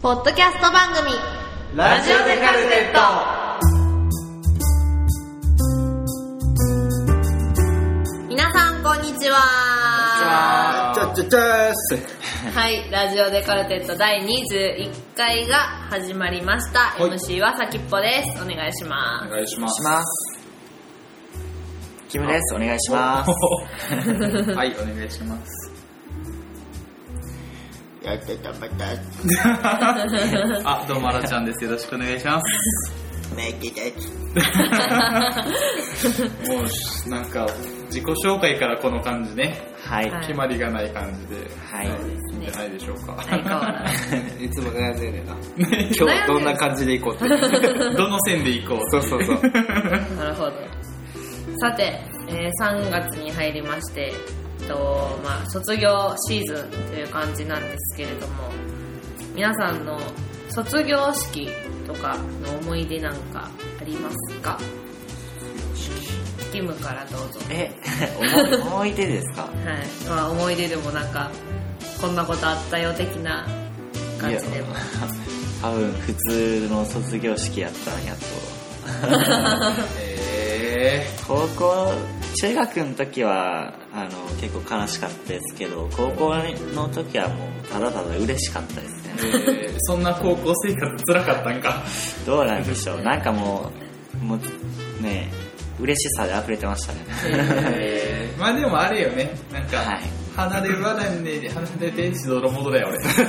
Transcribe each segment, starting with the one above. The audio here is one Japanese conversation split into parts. ポッドキャスト番組ラジオでカルテット皆さんこんにちはちゃちゃちゃーす。はいラジオデカルテット第21回が始まりました、い MC は先っぽですお願いしまお願いしましますキムですお願いしますす。はい、お願いします。やってたまたあ、どうもあらちゃんです。よろしくお願いします。メイキですもう、なんか、自己紹介からこの感じね。はいはい決まりがない感じで。はいいいんじゃないでしょうかす。相変わらずいつも悩んでんね んな。ね今日どんな感じで行こうって。どの線で行こうそうそうそう。なるほどさて、えー3月に入りまして、えっとまあ、卒業シーズンという感じなんですけれども皆さんの卒業式とかの思い出なんかありますかキムからどうぞえ 思思い出ですかはいまあ、思い出でもなんかこんなことあったよ的ない感やじでも多分普通の卒業式やったんやと え高校中学の時はあの結構悲しかったですけど高校の時はもうただただ嬉しかったですねー、えー、そんな高校生活辛かったんか。どうなんでしょう なんかもうもうね嬉しさで溢れてましたねえー、まあでもあれよね、なんか、はい離れ離れに、離れて、しどろもどだよ 俺。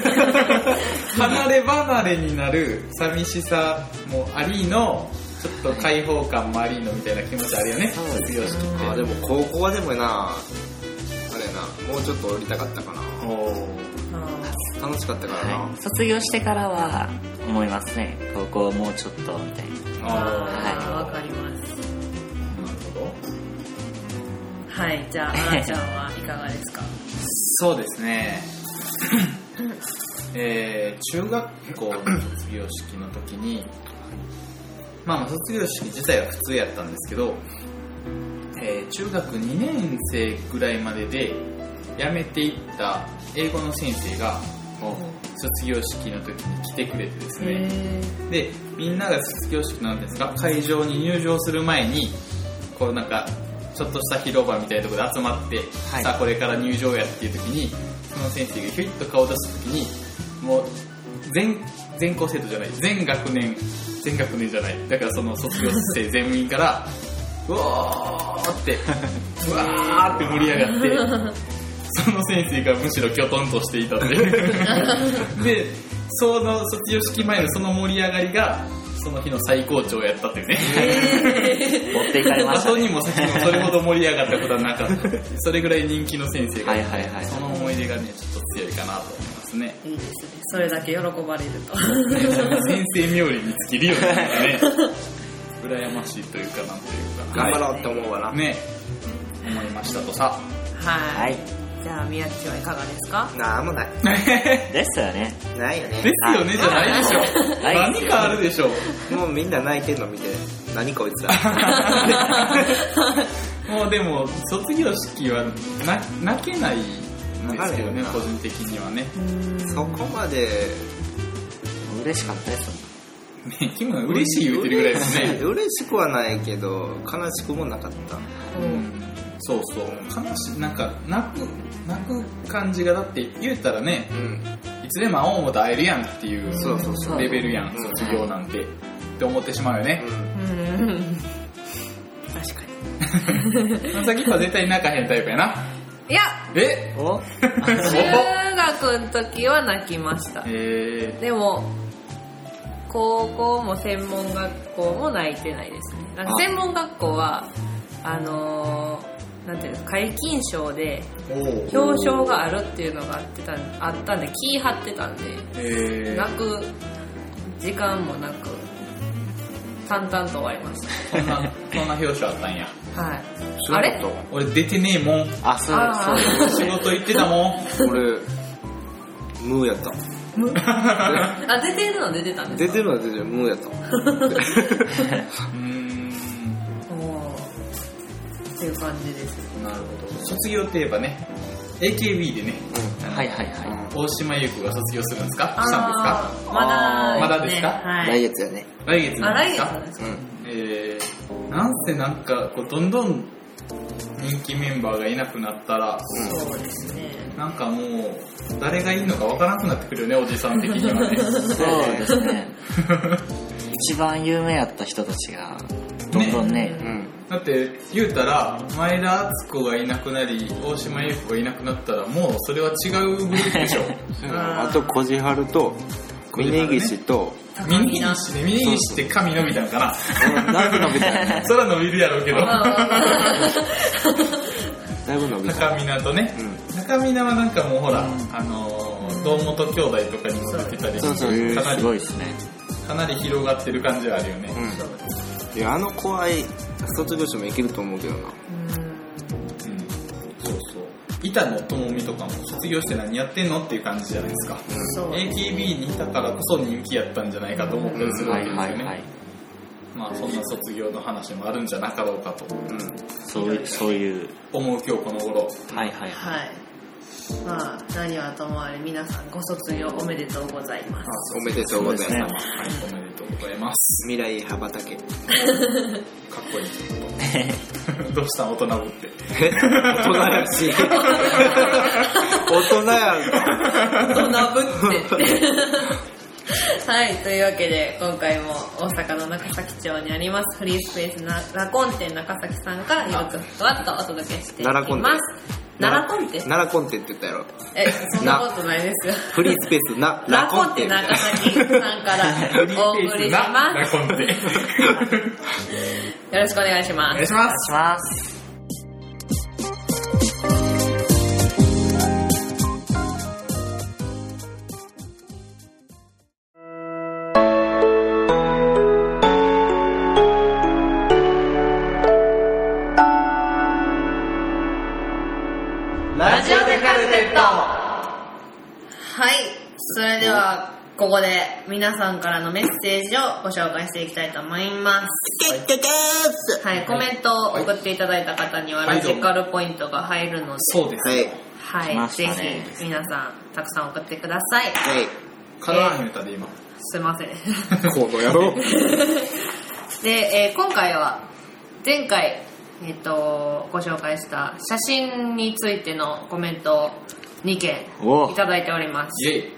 離れ離れになる寂しさもありの、ちょっと解放感もありのみたいな気持ちあるよね。 そうです卒業式あーでも高校はでもな、あれやな、もうちょっと降りたかったかな。お 楽しかったからなは。い、卒業してからは思いますね高校もうちょっとみたいなあーあはいわかりますなるほど。はいじゃああらちゃんはいかがですかそうですね。えー、中学校の卒業式の時に、まあまあ卒業式自体は普通やったんですけど、えー中学2年生ぐらいまでで辞めていった英語の先生が卒業式の時に来てくれてですね、へでみんなが卒業式なんですが会場に入場する前にこうなんかちょっとした広場みたいなところで集まって、はいさあこれから入場やっていう時にその先生がひょいっと顔を出した時にもう全全校生徒じゃない全学年全学年じゃないだからその卒業 生全員からうわーってうわーって盛り上がっ てその先生がむしろきょとんとしていたっていう でその卒業式前のその盛り上がりがその日の最高潮やったっていうね持っていかれました 後ねにも先にもそれほど盛り上がったことはなかったそれぐらい人気の先生が、はいはいはいその思い出がねちょっと強いかなと思いますねえいいですねそれだけ喜ばれると先生冥利に尽きるようなね羨ましいというかなんというか頑張ろうって思うわな。ね思いましたとさははいいじゃあ宮地はいかがですかなんもない。ですよねないよでね。すよねじゃないでしょ ないで何すよかあるでしょもうみんな泣いてんの見て、何こい つら。もうでも卒業式はな泣けないですよね泣かないよな個人的にはねそこまで、嬉しかったですねキムは嬉しい言うてるぐらいですね嬉しくはないけど、悲しくもなかった。そうそう悲しいなんか泣く泣く感じがだって言うたらねうん。いつでも会おうもと会えるやんっていうそうそうそうレベルやんうん卒業なんてって思ってしまうよねうん。うん確かさきっぽは絶対泣かへんタイプやなにいやえお中学の時は泣きましたえでも高校も専門学校も泣いてないですねなんか専門学校はあのーなんていうんですか皆勤賞でー、お表彰があるっていうのがあってたあったんで気張ってたんでえ泣く時間もなく淡々と終わりましそんなそんな表彰あったんやたはいそうあだっれたわ俺出てねえもんあそうあー仕事行ってたもん俺、ムーやった。 あ出てるの出てたんですか出てるのは出てる、ムーやった。うーんおーっていう感じですなるほど卒業といえばね AKB でね、うあのはいはいは大島優子が卒業するんですかしたんですあかーまだ、あーまだですかは来い。月やね。来月あ、なん来月ですなかんですうかん。えー、なんせなんかこうどんどん人気メンバーがいなくなったらそうですね。なんかもう誰がいいのかわからなくなってくるよねおじさん的に はねそうですね。一番有名やった人たちが、どんどんね、うん。だって言うたら前田敦子がいなくなり大島優子がいなくなったらもうそれは違うグループ でしょあーあと、小じはると、峯岸 と、峰岸ね峰岸って髪伸びたんかなだいぶ伸びたよね。それは伸びるやろうけどだいぶ伸びた。中mina とねうん。中mina はなんかもうほら、あのー堂本兄弟とかにも出てたりそうそううんかなすりごいですね。かなり広がってる感じはあるよね、ういや、あの子は卒業してもいけると思うけどな。うんそうそう板野友美とかも卒業して何やってんのっていう感じじゃないですか そうですね AKB にいたからこそ人気やったんじゃないかと思ったりするわはけですいよはね、いはい。まあそんな卒業の話もあるんじゃなかろうかとうん。そういう、そういう、思う今日この頃はいはいははい。い。まあ、何はともあれ、皆さんご卒業おめでとうございます。おめでとうございます。はいおめでとうございます未来羽ばたけ。かっこいい ちょっとどうしたん大人ぶってえ大人やし。大人やん。大人ぶ って。はい、というわけで今回も大阪の中崎町にありますフリースペースなラコン店中崎さんからよくふわっとお届けしていきます奈良コンテ奈良コンテ奈良コンテって言ったやろ。え、そんなことないですよフリースペースな、ラコンテ中崎さんからおフリー送ペーりスしなまラすコンでよろしくお願いしおま願いすしますします。ラジオでカルテットはい、それではここで皆さんからのメッセージをご紹介していきたいと思いますはい、コメントを送っていただいた方にははいラジカルポイントが入るので、そうですはい。はい、来ましぜたねひ皆さんたくさん送ってください。はい。カラーネタで今すいません。この野郎。で、えー今回は前回、えっとご紹介した写真についてのコメントを2件おいただいております。イエイ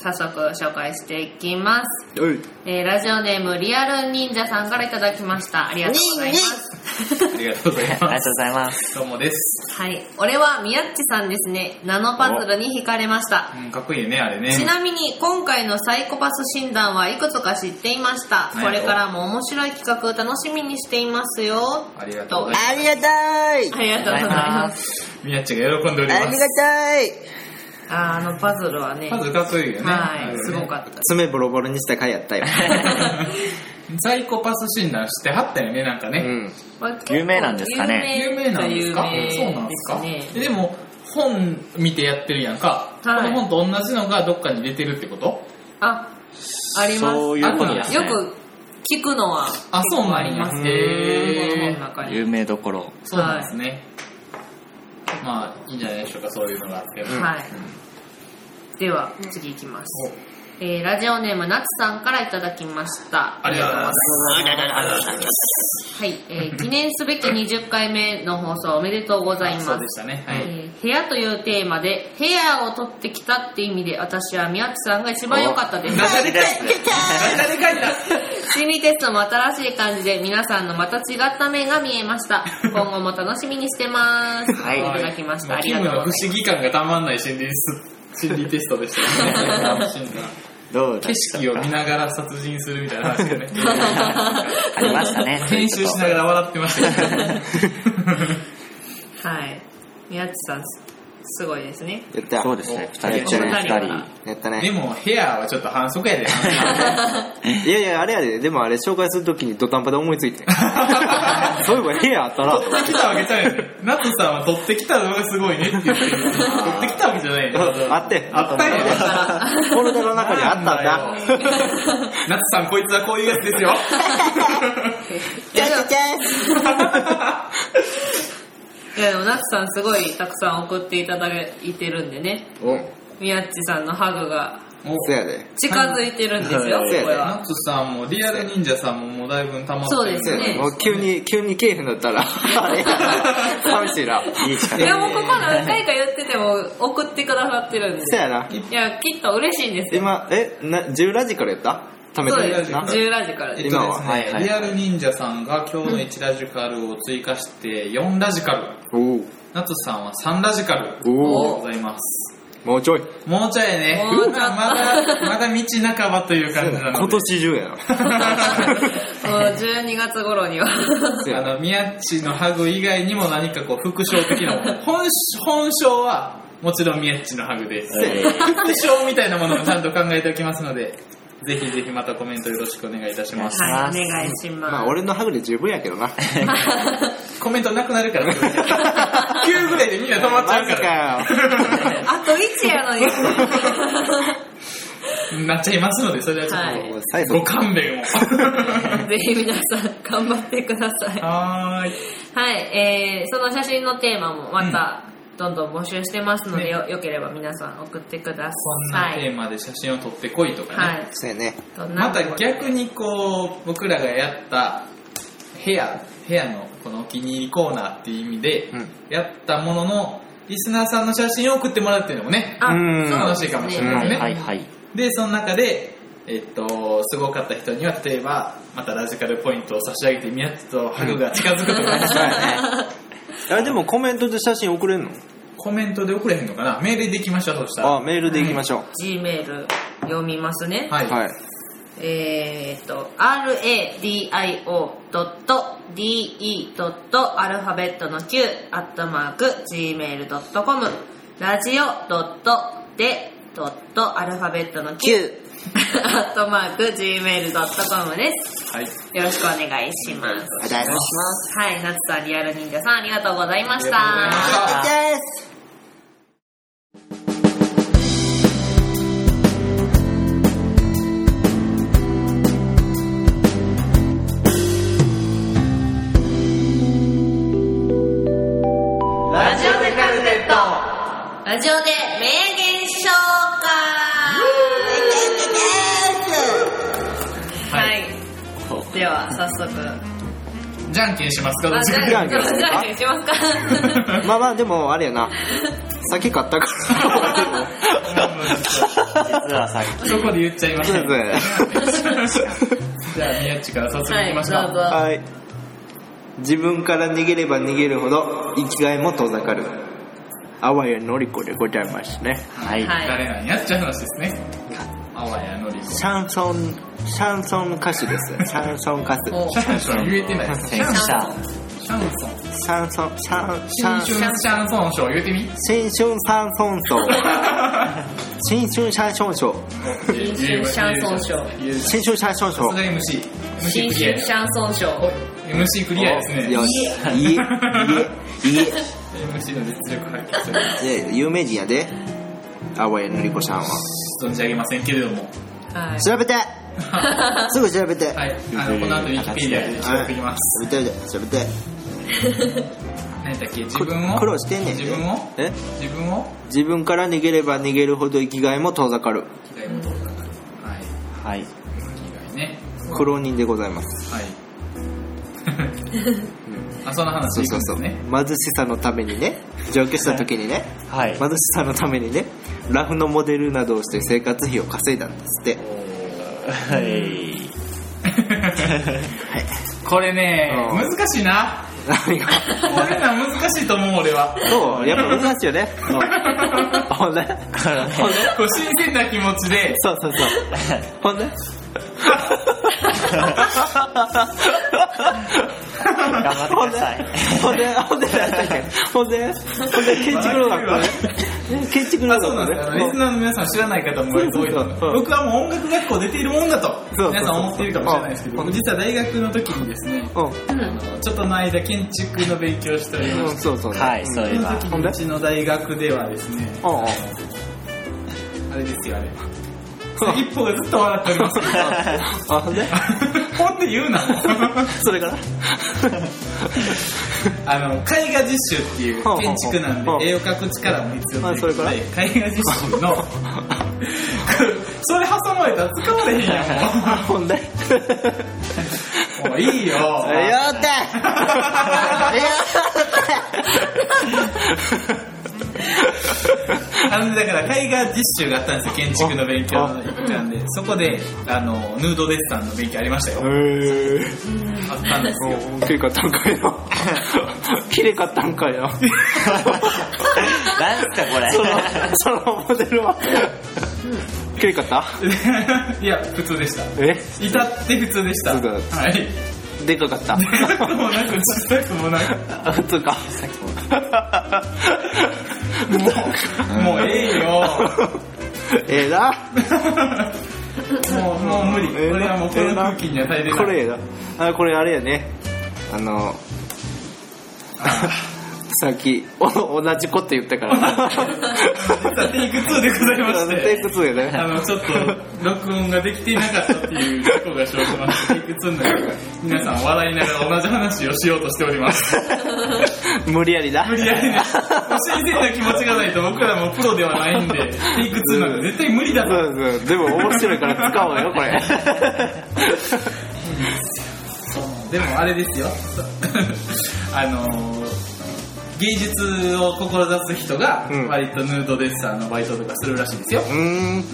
早速紹介していきます。おい。えーラジオネームリアル忍者さんからいただきました。ありがとうございます。ありがとうござあいりがとうまごすざいます。どうもです、はい。俺は宮っちさんですね。ナノパズルに惹かれました。うん、かっこいいよねあれねちなみに今回のサイコパス診断はいくつか知っていました。はいこれからも面白い企画を楽しみにしていますよ。ありがとうございまありがたいありがとうございます。すみやっちが喜んでおりますたいあーあのパズルはね、まずかっこいいよねはあれい、ねすごかった。爪ボロボロにした回やったよ。サイコパス診断してはったよね、なんかうね。ん。有名なんですかね有名なんですかそうなんですかえでも、本見てやってるやんか。はいこの本と同じのがどっかに出てるってことあ、あります。そういうことですよね。く聞くのは結あそう構なあんやりますね。へーこの本の中に。有名どころ。そうなんですね。まあ、いいんじゃないでしょうか、そういうのがあって。はい。では、次いきます。えーラジオネーム、なつさんからいただきました。。ありがとうございますはい、えー記念すべき20回目の放送おめでとうございあまそうすで。したね。はえい。ー部屋というテーマで、部屋を取ってきたって意味で、私は宮地さんが一番良かったです。ダジャレかいダジャレかいな心理テストも新しい感じで皆さんのまた違った面が見えました今後も楽しみにしてます、はいい、ただきましたもあうりキがムとうございの不ます思議感がたまんない心理心理テストでしたね診断。どうだ景色を見ながら殺人するみたいな話がね。ありましたね。編集しながら笑ってましたけど。はい宮地さんすすごいですねやった。そうですね、や二っ人たと二もね。二人人。やったねで。も、ヘアはちょっと反則やで。いやいや、あれやで、でもあれ紹介するときにドタンパで思いついてん。そういえば部屋あったな。取ってきたわけちゃうよね。ナツさんは取ってきたのがすごいねって言 ってる。取ってきたわけじゃないよ。あってあったんやだから フォルダの中にあったんだ。んだよ。ナツさん、こいつはこういうやつ ですよ。いやでもいやでも夏さんすごいたくさん送っていただいてるんでねお宮地さんのハグがもうそやで近づいてるんですよ、はいこれナはッツさんもリアル忍者さんももうだいぶ溜まってるそうでそすやねでもう急に急にけえへんだったらあれ寂しいないい力いやもうここ何回か言ってても送ってくださってるんでそすやないやきっと嬉しいんですよ今えな10ラジからやった貯めそたうやでつすな10ラジからえでっとですね、今ははいはいリアル忍者さんが今日の1ラジカルを追加して4ラジカル、おおナツさんは3ラジカルでおございます。もうちょいもうちょいね、もうちょっとまだ、まだ道半ばという感じなので。 今年中やなすもう12月頃にはそやあなの、宮地のハグ以外にも何かこう、副賞的なもの。本、本賞は、もちろん宮地のハグです。えー副賞みたいなものもちゃんと考えておきますので、ぜひぜひまたコメントよろしくお願いいたします。はいお願いします、まあ俺のハグで十分やけどなコメントなくなる から、急ぐらいでみんな止まっちゃマうジから。かよあと1やのになっちゃいますので、それはちょっと。はいもう最ご後勘弁を。ぜひ皆さん頑張ってくださいはーい。はい、えー、その写真のテーマもまたどんどん募集してますので、ねよよければ皆さん送ってくだこんさ。ないテーマで写真を撮ってこいとかね。はい。そうやねどんなまた逆にこう、僕らがやった部屋、部屋のこのお気に入りコーナーっていう意味で、うんやったものの、リスナーさんの写真を送ってもらうっていうのもね、あ、うんそう楽ですしいかもしれなはいいね。はいはいで、その中で、えっと、すごかった人には、例えば、またラジカルポイントを差し上げて、宮地とハグが近づくとか、 そうやねあでもコメントで写真送れんのコメントで送れへんのかなメールで行きましょう、そうしたら。あメールでいきましょ G メール読みますね。うはいえーっと、radio.de.alphabet の q アットマーク gmail.com ラジオでアルファベットの q アットマーク gmail.com です。はい。よろしくお願いします。お願いしますはい、夏さん、リアル忍者さん、ありがとうございました。ありがとうございましたラジオでカルテット。ラジオで名言紹介。ははい。では、早速。じゃんけんしますかどっちじかゃじゃんんけけんんじゃんけんしますか。まあまあでもあれやな先買ったから実はさっきそこで言っちゃいましそたうでじゃあ、宮地から早速は行い、きどまうしょう。ぞ。はい自分から逃げれば逃げるほど生きがいも遠ざかるあわやのりこでございますねはいはい誰なんやっちゃう話ですね。あわやのりこ。シシャンソンシャンソン歌手ですシャンソン歌手おャンソン言えてないです。シ先ャンソ者ン。シャンソンシャンシャ新ン春シャンソン賞言えてみ新春シャンソン賞新春シャンソン賞新春シャンソン賞言える新春シャンソンさ賞すが MC。新 MC クリ春。アシャンソン賞。 MC クリアですね。よしいいい いいい MC の実力発揮する。で有名人やであわやのりこさんは存じ上げませんけれども。はい。調べてすぐ調べて、はい。あの、この後ウィキペディアで調べてきます。調べて調べて何だっけ自分を苦労してんねん自分をえ自分を自分から逃げれば逃げるほど生きがいも遠ざかる機械もどうだから。はい。はい機械ね。苦労人でございますはい。 あ、その話そいうくそんうでそすね。う、貧しさのためにね上京した時にねはい貧しさのためにねラフのモデルなどをして生活費を稼いだんですってはい これね、うん難しいな。何がこれな、難しいと思う、俺 は。そうやっぱ難しいよねほんでこう新鮮な気持ちで、そうそうそうほんで頑張ってくださいほんでほんで何だっけほんでほんで建築の学校ね建築のそうな学ん校ですよ。リスねナーの皆さん知らない方も多いと思そうそうそうう。僕はもう音楽学校出ているもんだそと、うそうそう皆さん思っているかもしれないですけど、うん僕実は大学の時にですね、うんうん。ちょっとの間建築の勉強をしておりまうしんそうそうはいうんそういえばた。その時にうちの大学ではですね、うんうんあれですよ、あれ。先っぽがずっと笑っておりますけど、あほんでほんで言うなもうそれからあの絵画実習っていうほうほうほ建う築なんほうで絵を描く力も必要ということまあで絵画実習のそれ挟まれたら使われへんやんほんでもうもういいよやったあのだから絵画実習があったんですよ建築の勉強の一環でそこであのヌードデッサンの勉強ありましたよへえあったんですよ綺麗かったんかよ 綺麗かったんか よなんすかこれそのそのモデルは綺麗かった いや普通でしたえ至って普通でした普通だっはい でかかった でかくもなく小さくもなくあ普通かもうええよ ええなもうもう無理ええなこれはもうこの空気には耐えれないこれええなあこれあれやね あのさっきお同じこと言った から実はテイク2でございましテイてク2やあねのちょっと録音ができていなかったっていう事故が生じましてテイク2になる皆さん笑いながら同じ話をしようとしており ます無理やりな無理やりね新鮮な気持ちがないと僕らもプロではないんでテイク2なんて絶対無理だそとうそうでも面白いから使おうよこれ でもあれですよ あの芸術を志す人がうん割とヌードデッサンのバイトとかするらしいんですようーん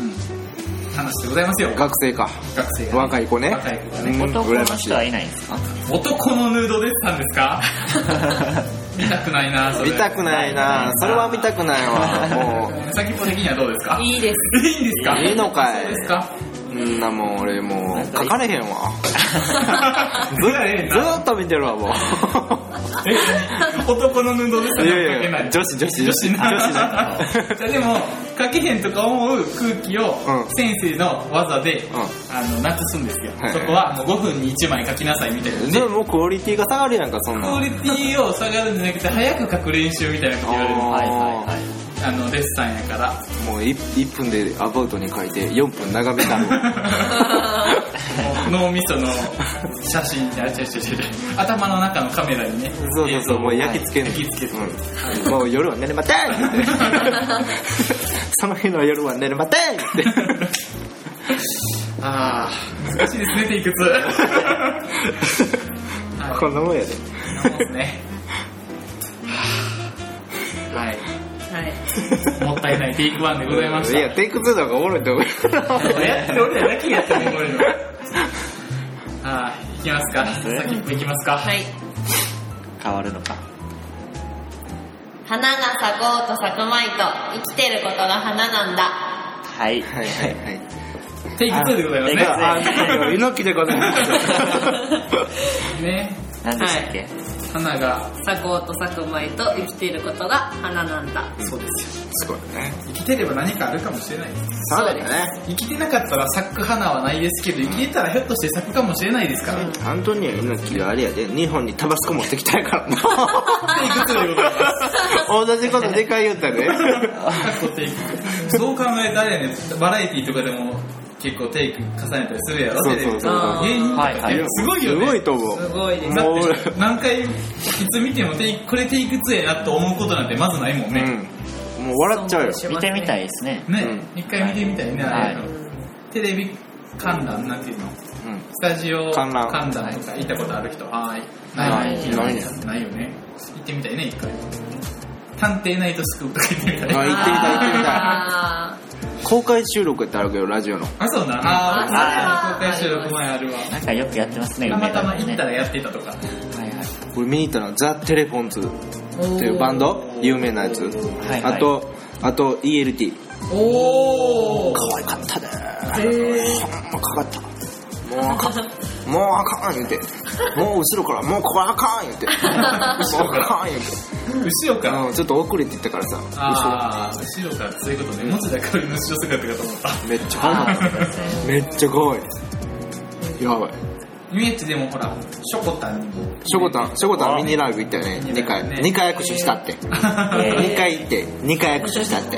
話でございますよ学生か学生が若い子ね若い子がうねん男の羨ましい人はいないんですか男のヌードデッサンです か見たくないなそれ見たくないなそれは見たくな いわも先っぽ的にはどうですかいいいです。いんですかいいのかいそうですかううんなもう俺もう書かれへんわずええずなーっと見てるわもうえ男のヌードデッサンいなんやか書けいなやい女子女子女子な女子な じゃあでも書けへんとか思う空気をうん先生の技で、んあのなくすんですよ、はいそこはもう5分に1枚書きなさいみたいなでももうクオリティが下がるやんかそんクなオんリティを下がるんじゃなくて早く書く練習みたいなこと言われるあはいはいはいあのデッサンやからもう 1, 1分でアバウトに書いて4分長めた のもう 脳みその写真にあ違う違う違う違う頭の中のカメラにねそうそうそうもう焼き付け焼るき付けるうんもう夜は寝れませ んってその日の夜は寝れませんってああ難しいですねテイク2 はい こんなもんやでそうですね。はい。はい。もったいないテイクワンでございました。やテイク2の方がおもろいと思うやって俺らだけやったね、こういうの。はい、いきますか。先っぽいきますか。はい。変わるのか花が咲こうと咲くまいと、生きてることが花なんだ。はいはいはいはいテイク2でございますテイクツーあの猪木でございますね。ね。何でしたっけ花が咲こうと咲くまいと、生きてることが花なんだ。そうですよ。すごいね生きてれば何かあるかもしれない。そうだよね生きてなかったら咲く花はないですけど、生きてたらひょっとして咲くかもしれないですから。テアントニオ猪木はあれやで日本にタバスコ持ってきたや からなイク2でございます。同じことでかい言ったでかっこテイクそう考えたらやねバラエティーとかでも結構テイク重ねたりするやろそうそうそうテレビとか芸人とかはいはいすごいよねすごいと思うすごいねもうだって何回いつ見てもテイクこれテイク2やなと思うことなんてまずないもんね、うんもう笑っちゃうよ見てみたいですねね、一回見てみたいね、あれはいテレビ観覧なんていうのうんスタジオ観観覧覧とか行ったことある人はーいない聞いたことないよね行ってみたいね一回探偵ナイトスクープとか行ってみたいあ行ってみたい行っ てみたいあ公開収録やってあるけどラジオのあ、そうな。ああ、あ公開収録前あるわ。なんかよくやってますねたまたま梅田行ねったらやってたとか。はいはい俺見に行ったのはザ・テレフォンズっーていうバンド有名なやついはいあとあと ELT おお。可愛かったでえーもうかかったもうあかんもうあかん言うてもう後ろからもうこれあかん言うてもうあかん言うて後ろから。うんちょっと遅れって言ったからさ後ああ、後ろからそういうことね。持田香織の後ろ姿かと思った。ろめっちゃ可 愛いめっちゃ可愛いやばいミエッチでもほら、ショコタンにも。しょこたんしょこたんミニライブ行ったよねミニ2ライ回ブね2回握手したって え2回行って2回握手したって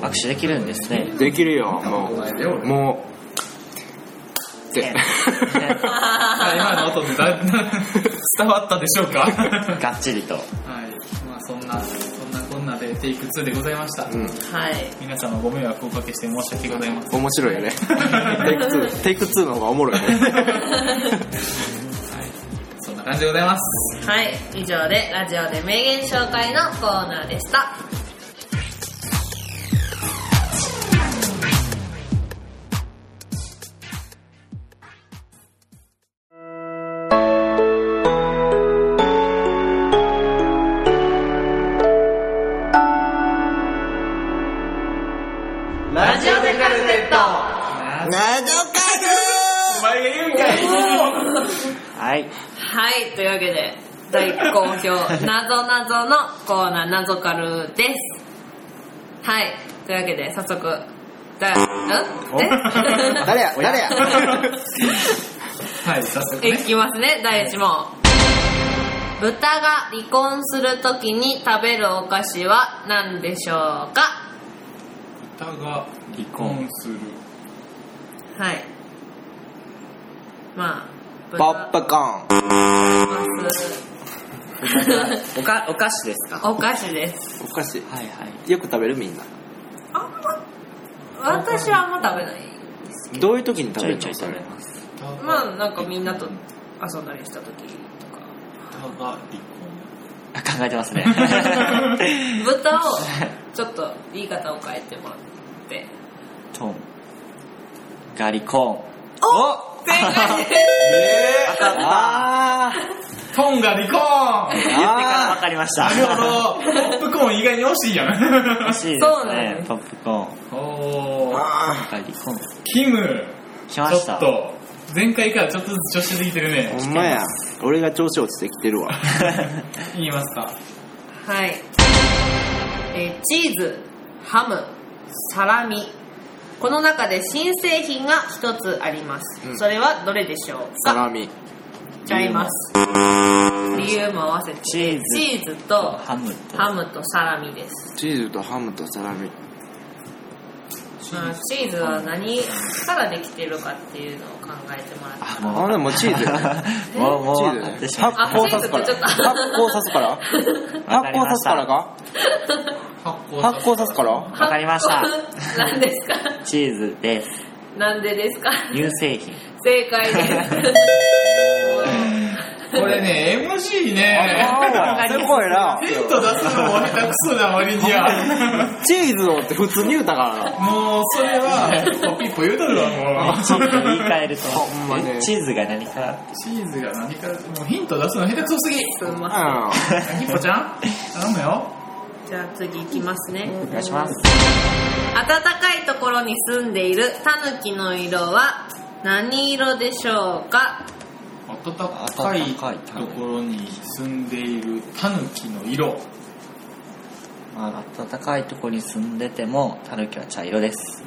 お握手できるんですねできるよもー。うもうってえはい今の音でだ 伝わったでしょうかはがっちりといまあそんなそんなこんなでテイク2でございました、うんはい皆様ご迷惑をおかけして申し訳ございません面白いよねテイク2テイク2の方がおもろいねそんな感じでございますはい、以上でラジオで名言紹介のコーナーでした。ラジオでカルテット謎かお前が言うんかいはいはい、というわけで、大好評、なぞなぞのコーナー、なぞかるです。はい、というわけで、早速、だ、んえ 誰や誰や はい早速いねきますね、第1問。豚が離婚するときに食べるお菓子は何でしょうか歌が離婚するはい。まあ、ポッ プコーンマスおかお菓子ですかお菓子です。お菓子はいはいよく食べるみんなあんま、私はあんま食べない。どういう時に食ちべょいるのちょいそ食れべます歌がまあ、なんかみんなと遊んだりしたときとか。歌が離婚あ考えてますね豚をちょっと言い方を変えてもらってトンガリコーンお正解です当たったあートンが離婚言ってから分かりましたなるほどポップコーン以外に惜しいやん欲しいでそうすなんでねすポップコーンおーあガリコーンキム来ちまょしたっと前回からちょっとずつ調子出てきてるねーほんまや俺が調子落ちてきてるわ言いますかはい、えーチーズハムサラミこの中で新製品が一つあります、うんそれはどれでしょうサかラミちゃいます理由も合わせてチーズチーズとハムとハムとサラミです、チーズとハムとサラミまあ、チーズは何からできてるかっていうのを考えてもらってあ あでもチーズやズもうもうチーズ分ねかってしまっ発た酵さすからあチーズってちょっと発かり酵さす から発酵まさしすたからか発酵発酵さすからわかりました 何ですかチーズですなんでですか乳製品正解です。これね MC ねあーすごいなヒント出すのも下手くそな割にはチーズをって普通に言うたからなもうそれはポピッポ言うとるわもちょっと言いう換えるとんまねえチーズが何かチーズが何からもうヒント出すの下手くそすぎ すんませんうヒッポちゃん頼むよじゃあ次行きますね。お願いします暖かいところに住んでいるタヌキの色は何色でしょう か暖かいところに住んでいるタヌキの色まあ暖かいとこに住んでてもタヌキは茶色です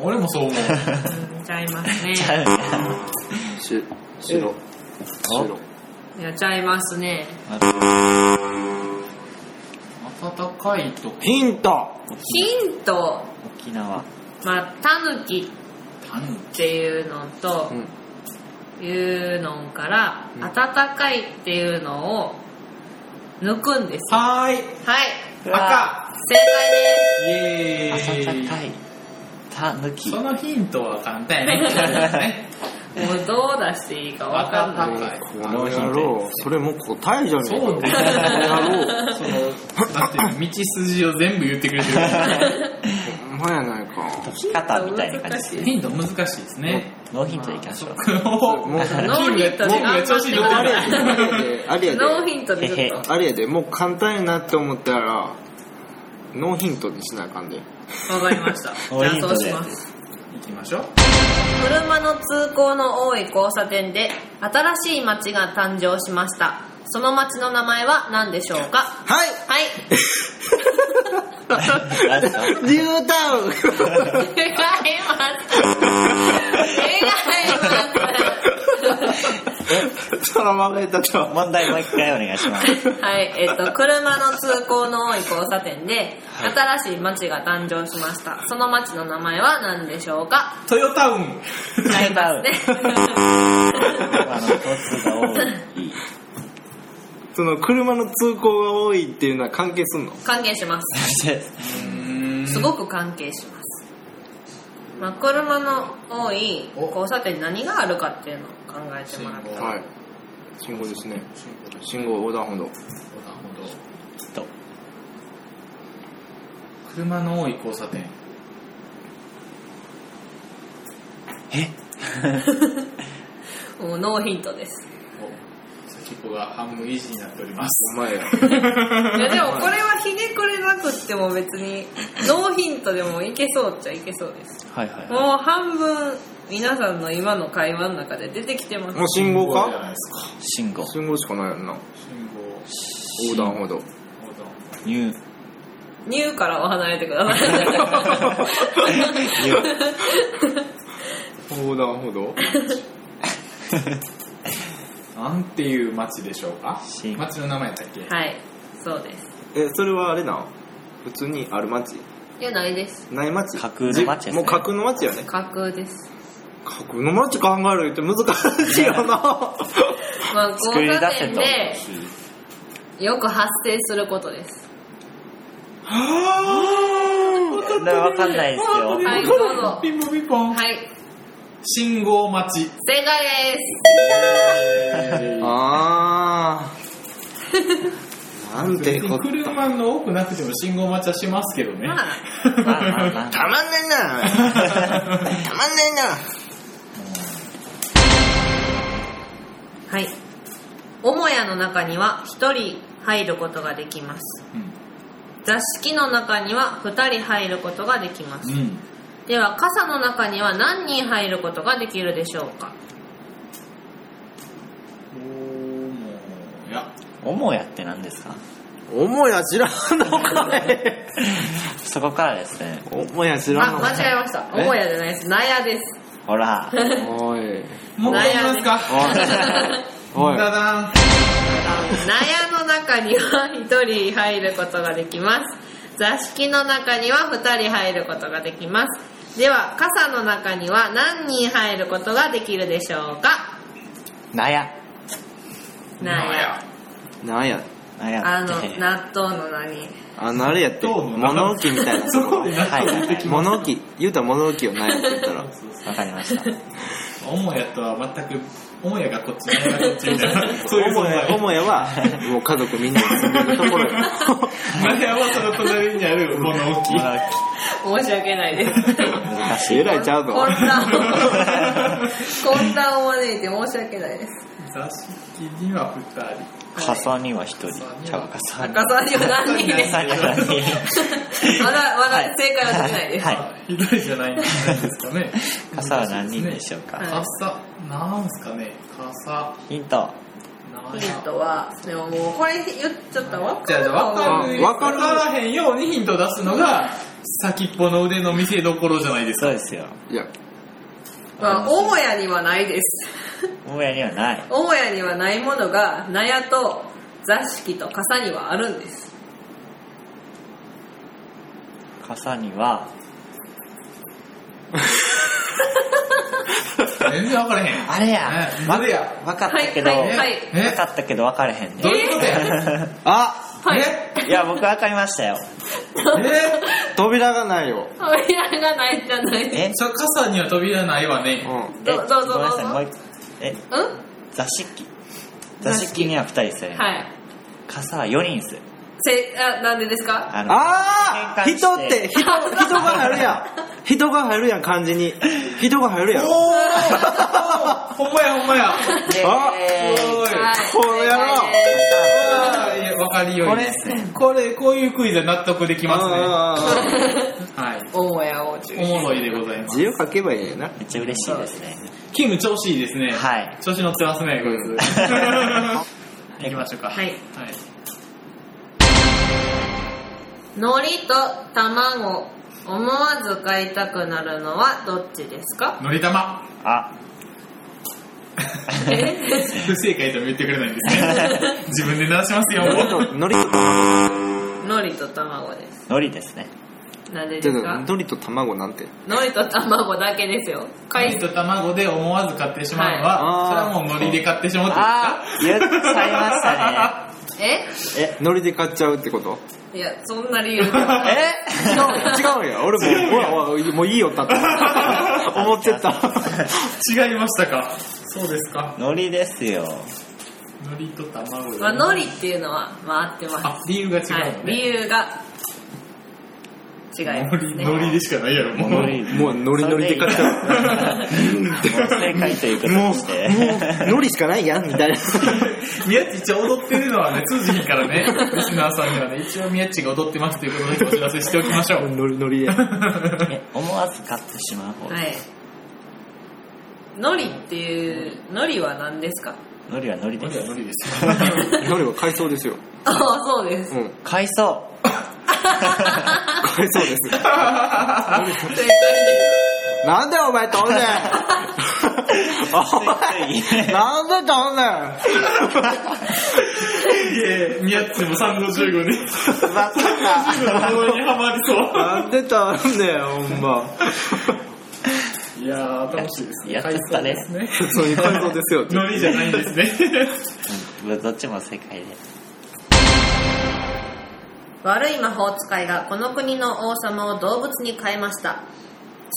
俺もそう思ううんちゃいますね。茶色やんし白白いやちゃいますね。暖かいとこヒントヒント、沖縄まあ、タヌキっタヌていうのと、いうのから、暖かいっていうのを抜くんですよ。はーはいい。赤正解です。イエー暖イかいタヌキそのヒントは簡単やねもうどう出していいかわかんない。暖かいこの野郎それもう答えじゃねえかそうですやろうそのだって道筋を全部言ってくれてるほんまやないか解き方みたいな感じでヒント難しいですねノーヒントでいきましょうももうノーヒントでキムが調子に乗あっれてや頑張るってくださいであれや でノーヒントでちょっあれやでもう簡単になって思ったらノーヒントにしなあかんでと。わかりました。 ノじゃーヒあンそうトでします。いきましょう車の通行の多い交差点で新しい町が誕生しました。その町の名前は何でしょうかはいはい。ラストニュータウン違います。違います。そのまま言ったとは問題もう一回お願いします はい、えっと、車の通行の多い交差点で新しい町が誕生しました。その町の名前は何でしょうかトヨタウン違いますね。のトが多いその車の通行が多いっていうのは関係すんの関係しますそしてすごく関係します、まあ、車の多いお交差点に何があるかっていうのを考えてもらった信ら号はい信号ですね信号横断歩道横断歩道きっと車の多い交差点もうノーヒント ですお先っぽが半分維持になっておりますお前やいやでもこれはひねくれなくっても別にノーヒントでもいけそうっちゃいけそうですはいはいはいもう半分皆さんの今の会話の中で出てきてますもう信号じゃないかですか信号信号しかないやんな信号横断歩道横断歩道入ニューからは離れてくだ さ横断歩道なんていう町でしょうか信町の名前だっけいはいそうですえそれはあれな普通にある町いやないですない町架空の町ですねじもう架空の町やね架空です架空の町考えるって難しいよ なまあ作交り出差せ点とでよく発生することですだからわかんないですよはいどうぞピンポンピンポンはい信号待ち正解ですあーなんてこ車の多くなくても信号待ちはしますけどね、まあまあまあまあたまんないなたまんないなはい母屋の中には1人入ることができます座敷の中には2人入ることができますうん、うん、では傘の中には何人入ることができるでしょうかおや母屋って何ですか母屋知らんのかいそこからですね母屋知らんあの間か違えました母屋じゃないです納屋ですほらいおいもう一回言いますかおいダダン納屋の中には1人入ることができます座敷の中には2人入ることができますでは傘の中には何人入ることができるでしょうか納屋納屋なんや納屋あのって納豆の何あのあれやってどうも物置みたいなそこで納はい豆出てきます物置言うたら物置をなんやって言ったらわかりました母屋とは全く母屋がこっち母屋がこっちみたいなそういう存母屋在母屋はもう家族みんなで住んでるところよ母屋はその隣にある物置申し訳ないです難しいえらいちゃうぞ混乱を混乱を招いて申し訳ないです座敷には2人傘には一人ちゃう傘に赤さんには何人です傘には何人まだまはだい正解は出てないです、はいひどいじゃないんですかね。傘は何人でしょうかはい傘、なんすかね。傘、ヒントなんやヒントはでももうこれ言っちゃったら分じかゃるあ、と思わうかる。わかるわからへんようにヒント出すのが、先っぽの腕の見せ所じゃないです そうか。ですよいやまあ母屋にはないです母屋にはない母屋にはないものが納屋と座敷と傘にはあるんです傘には全然わからへん。あれやねなんでや。分かったけどはい分はいえかったけど分かれへんねどういうことや。あはいえいや僕分かりましたよえ扉がないよ扉がないじゃないですえそれ傘には扉ないわね。うどえうぞどうぞごめんなさいもう一えうん座敷座座敷敷には2人する、はい傘は4人でするせあなんでですかあんああ変換人っして人人が入 るやん人が入るやん漢字に人が入るやろほんまやほんまや。であおい。この正野郎解ですあーいやわかりよい。これですねこれ、こういうクイズは納得できますね。あーはい。母屋を中おもろいでございます。字を書けばいいやなめっちゃ嬉しいですねキム調子いいですね。はい調子乗ってますね、こいつうん。 行きましょうか。はいはい。海苔と卵思わず買いたくなるのはどっちですかのり玉。あえ不正解とも言ってくれないんですね。自分で鳴らしますよ。のり 海苔と卵です海苔ですねなんででちょすっとか緑と卵なんて海苔と卵だけですよ海海と卵で思わず買ってしまうのは、はいあそーれはもうノリで買ってしまうってああ言っちゃいましたえね。え、海苔で買っちゃうってこといやそんな 理由じゃない違う違うよ俺もうわわもういいよったって思ってたこと 違いましたかそうですかノリですよ。ノリと卵でまあ海苔っていうのはまあ合ってますあ理由が違うはのい、理ね、由が違いますねノリノリでしかないやろもうノリもうノリノリで買っちゃうもう正解ということにして。海苔しかないやんみたいな宮地一応踊ってるのはね通じひんからねリスナーさんにはね一応宮地が踊ってますということでお知らせしておきましょうノリノリでえ思わず買ってしまう方。はい海苔っていう海苔は何ですか ノリはノリノリではすノ。リです よ海苔は海藻ですよああそう ですうん海藻。海藻ですなんでお前飛んでんお前なんで飛んでんいや宮地も355にまさか。踊りにハマりそうなんでたんだよ、ほんま。いやー楽しいですねやっちゃったね海藻ですね普通に感動ですよ。ノリじゃないんです ねうんどっちも正解で。悪い魔法使いがこの国の王様を動物に変えました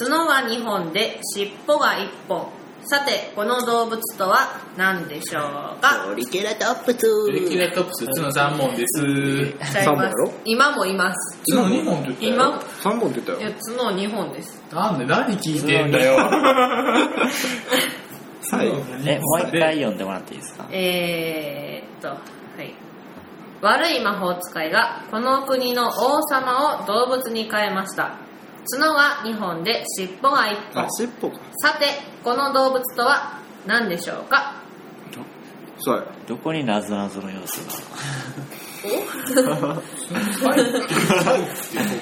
角が2本で尻尾が1本さてこの動物とは何でしょうかリケラトップ2。レキレトプス角3本ですちゃいま三本やろす今もいます角2本って言ったよ今3本出たいやよ。角2本ですなんで何聞いてんだよはい。え、もう一回読んでもらっていいですかえー、っと、はい。悪い魔法使いがこの国の王様を動物に変えました。角が2本で尻尾が1本あ、。尻尾か。さて、この動物とは何でしょうかそうや。どこになぞなぞの要素がはい こ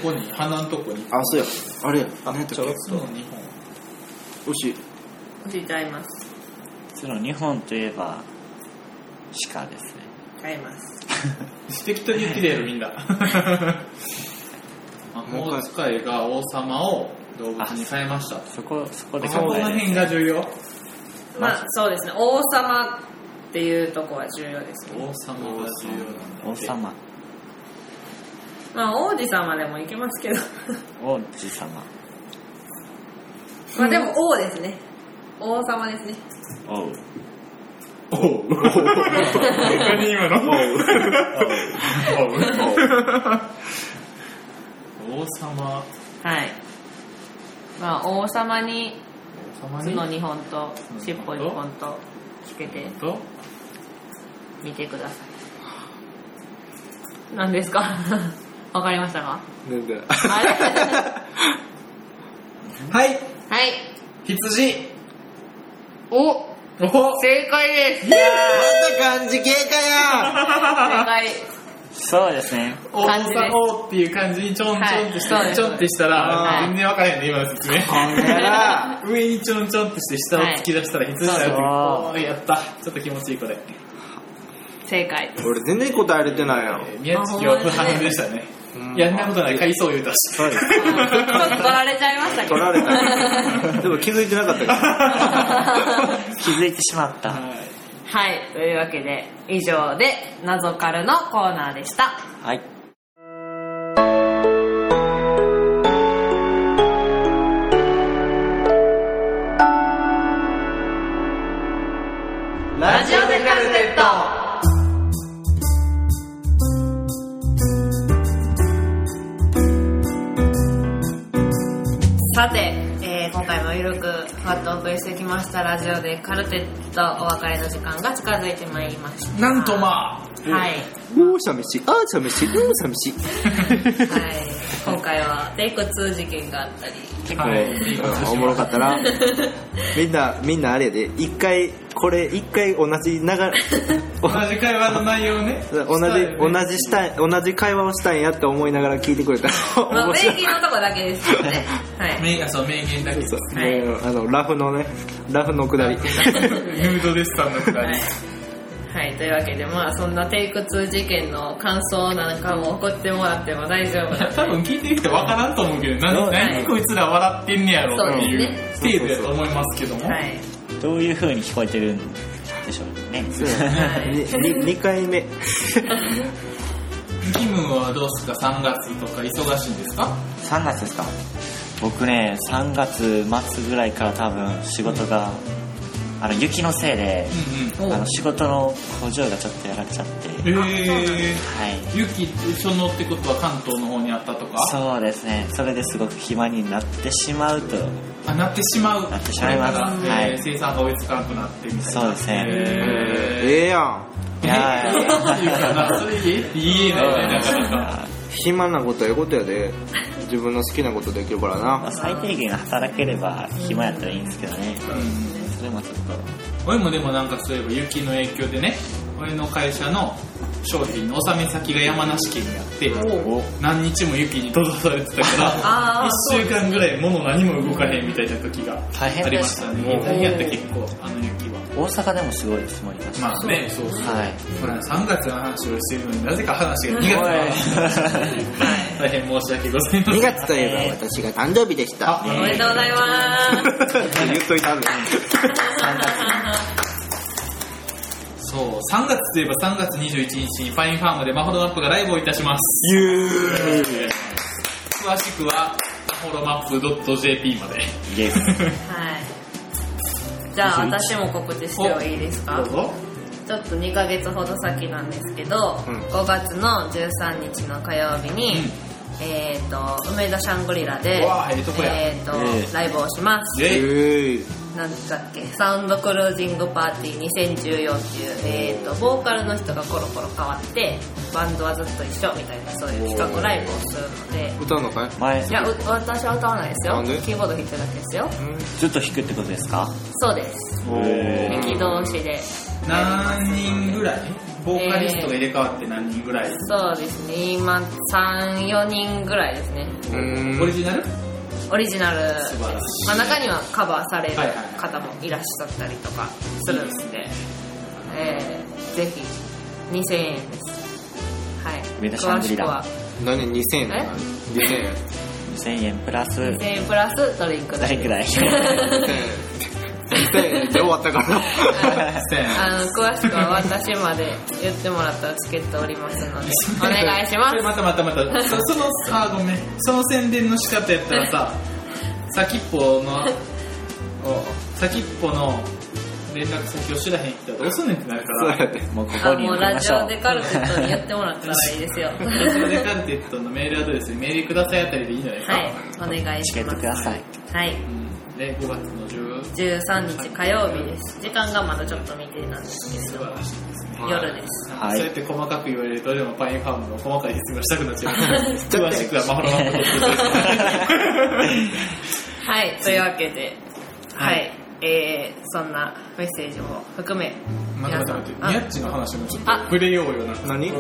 こに鼻のとこにあ、そうや。あれや。何やったっ角け惜2本しい。お教えてあります。その日本といえば、鹿ですね。変えます。適当に言ってやるみん な魔法使いが王様を動物に変えましたそこ、そこでそこ考えらる。辺が重要まあ、そうですね。王様っていうとこは重要ですね。王様が重要なんだ王様、まあ、王子様でもいけますけど。王子様、まあ、でも王ですね。王様ですね。王う。おう何今の おう王様はい。まあ、王様に王様に角2本と尻尾1本とつけてとみてください何ですか わかりましたかなんだ。 あれははいい羊おおお正解ですいやまた漢字系かよ正解そうですね。王感じです様っていう感じにちょんちょんってして、はいそうですちょんってしたらはい全然分からへんね今の説明ほんやら。上にちょんちょんってして下を突き出したら羊だよ、はおーやったちょっと気持ちいいこれ、正 解俺全然答えれてないやん。えー、宮地は不発でしたねうんいやんなことない海藻言 うたしそうです。ちょっと取られちゃいましたけど取られた。でも気づいてなかったから。気づいてしまった。はい はいというわけで以上で「謎カル」のコーナーでしたはい。ラジオでカルテットさて、えー今回もゆるくふわっとお送りしてきましたラジオでカルテットお別れの時間が近づいてまいりましたなんとまあはい、うー寂しい。あー寂しい。うー寂しい。はい、今回はテイク2事件があ ったり結はいおもろかったなみんなみんなあれやで一回これ一回同じ流 れ同じ会話の内容ね同じ、したよね同じしたい同じ会話をしたいんやって思いながら聞いてくれたら まあ面名白い義のとこだけですよねはい名あそう名言だけですそうはいねあのラフのねラフのくだり ヌードデッサンのくだりはいはい、というわけで、まあ、そんなテイク2事件の感想なんかも送ってもらっても大丈夫 なんで多分聞いてる人分からんと思うけど、そなう何はいこいつら笑ってんねやろっていそううでスすねテージだと思いますけども。はい。どういう風に聞こえてるんでしょうね。そう2回目キムはどうすか ?3 月とか忙しいんですか3月ですか僕ね3月末ぐらいから多分仕事が、あの雪のせいで、うおあの仕事の工場がちょっとやられちゃって、んうん。えはいー、雪、そのってことは関東の方にあったとかそうですねそれですごく暇になってしまうとあ、なってしまう。なってしまいますだからはえーい生産が追いつかなくなってみたいな。そうですねえええやんいやー。って いうかな、それ言えって言えないね、なかなか。暇なことはええことやで自分の好きなことできるからまあな 最低限働ければ暇やったらいいんですけどねうんそれもちょっ俺もでもなんかそういえば雪の影響でね俺の会社の商品の納め先が山梨県にあっておお何日も雪に閉ざされてたあかーら1週間ぐらい物何も動かへんみたいな時が大変ありでまししたたねね大変やった結構あの雪はと大阪でもすごい積もりました、まあねそうそうはいほら3月の話をしてるのになぜか話が2月の話おい大変申し訳ございませ2ん月といえば私が誕生日でしたあおめでとうございま言っといた んだそう3月といえば3月21日にファインファームでマホロマップがライブをいたします詳しくはマホロマップ .jp までイエスす。はい。じゃあ、私も告知してもいいですかどうぞちょっと2ヶ月ほど先なんですけど、うん5月の13日の火曜日に、うんえっ、と、梅田シャングリラで、うわーええとこやえーとええライブをします。えええなんだっけ、サウンドクルージングパーティー2014っていう、えっ、と、ボーカルの人がコロコロ変わって、バンドはずっと一緒みたいな、そういう企画ライブをするので、歌うのかい前いや、う私は歌わないですよなんで。キーボード弾いてるだけですよ。ずっと弾くってことですかそうです。へ敵同士で。何人ぐらいボーカリストが入れ替わって何人ぐらい、そうですね、今、3、4人ぐらいですね。うーんオリジナルオリジナルです素晴らしいまあ、中にはカバーされるはいはい方もいらっしゃったりとかするんで、えーぜひ2000円ですはい目指しアン詳グしリくはラ何2000円なのえ2000円2000円プラス2000円プラスドリンクど代れ くらい2000円で終わったからせーのあの詳しくは私まで言ってもらったらチケットおりますのでお願いし まそれ ますたまたまたそそのあごめんその宣伝の仕方やったら さ先っぽのお先っぽの連絡先を知らへん人はどうすんねんってなるそうかやらってもうここあにもう行きラまジしょオうでカ ルテットに言ってもらったらいいですよラジオデカルテットのメールアドレスにメールくださいあたりでいいんじゃないですか、はいお願いチしケッまトくだすさいはいうん、で5月の10 13日火曜日です時間がまだちょっと未定なんですけ素ど晴らしいですね夜ですはそうやっいて細かく言われるとでもパインファームの細かい説明をしたくなっちゃう だっ詳てしくはマホロマップはい、というわけで、ははいい、えー、そんなメッセージも含め、待って待っ皆さんて待って、ニャッチの話もちょっと触れようよな。何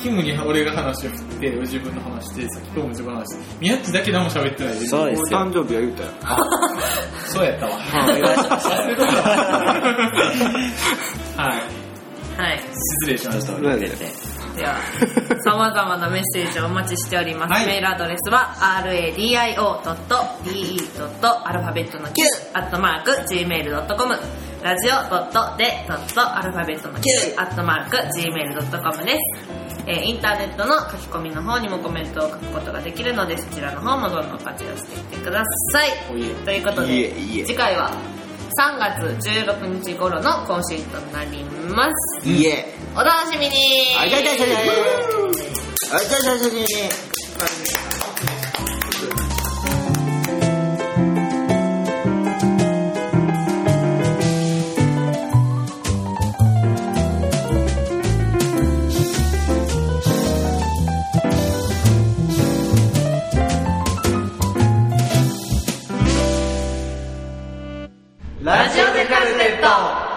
キムに俺が話を振って、自分の話して、さっき今日も自分の話して、ニャッチだけ何も喋ってないで。そう俺ですよ誕生日は言うたよそうやった わ。 忘れてたはい。はい、失礼しました。ちょっと見ててでは、さまざまなメッセージをお待ちしております。はいメールアドレスは、radio.de.alphabet9、アットマーク、gmail.com、ラジオ .de.alphabet9、アットマーク、gmail.com です。えーインターネットの書き込みの方にもコメントを書くことができるので、そちらの方もどんどん活用していってください。おいえということでいえいえ次回は3月16日頃の更新となりますいえお楽しみにあいたいたいたいたあいたいたいたいたいたラジオでカルテット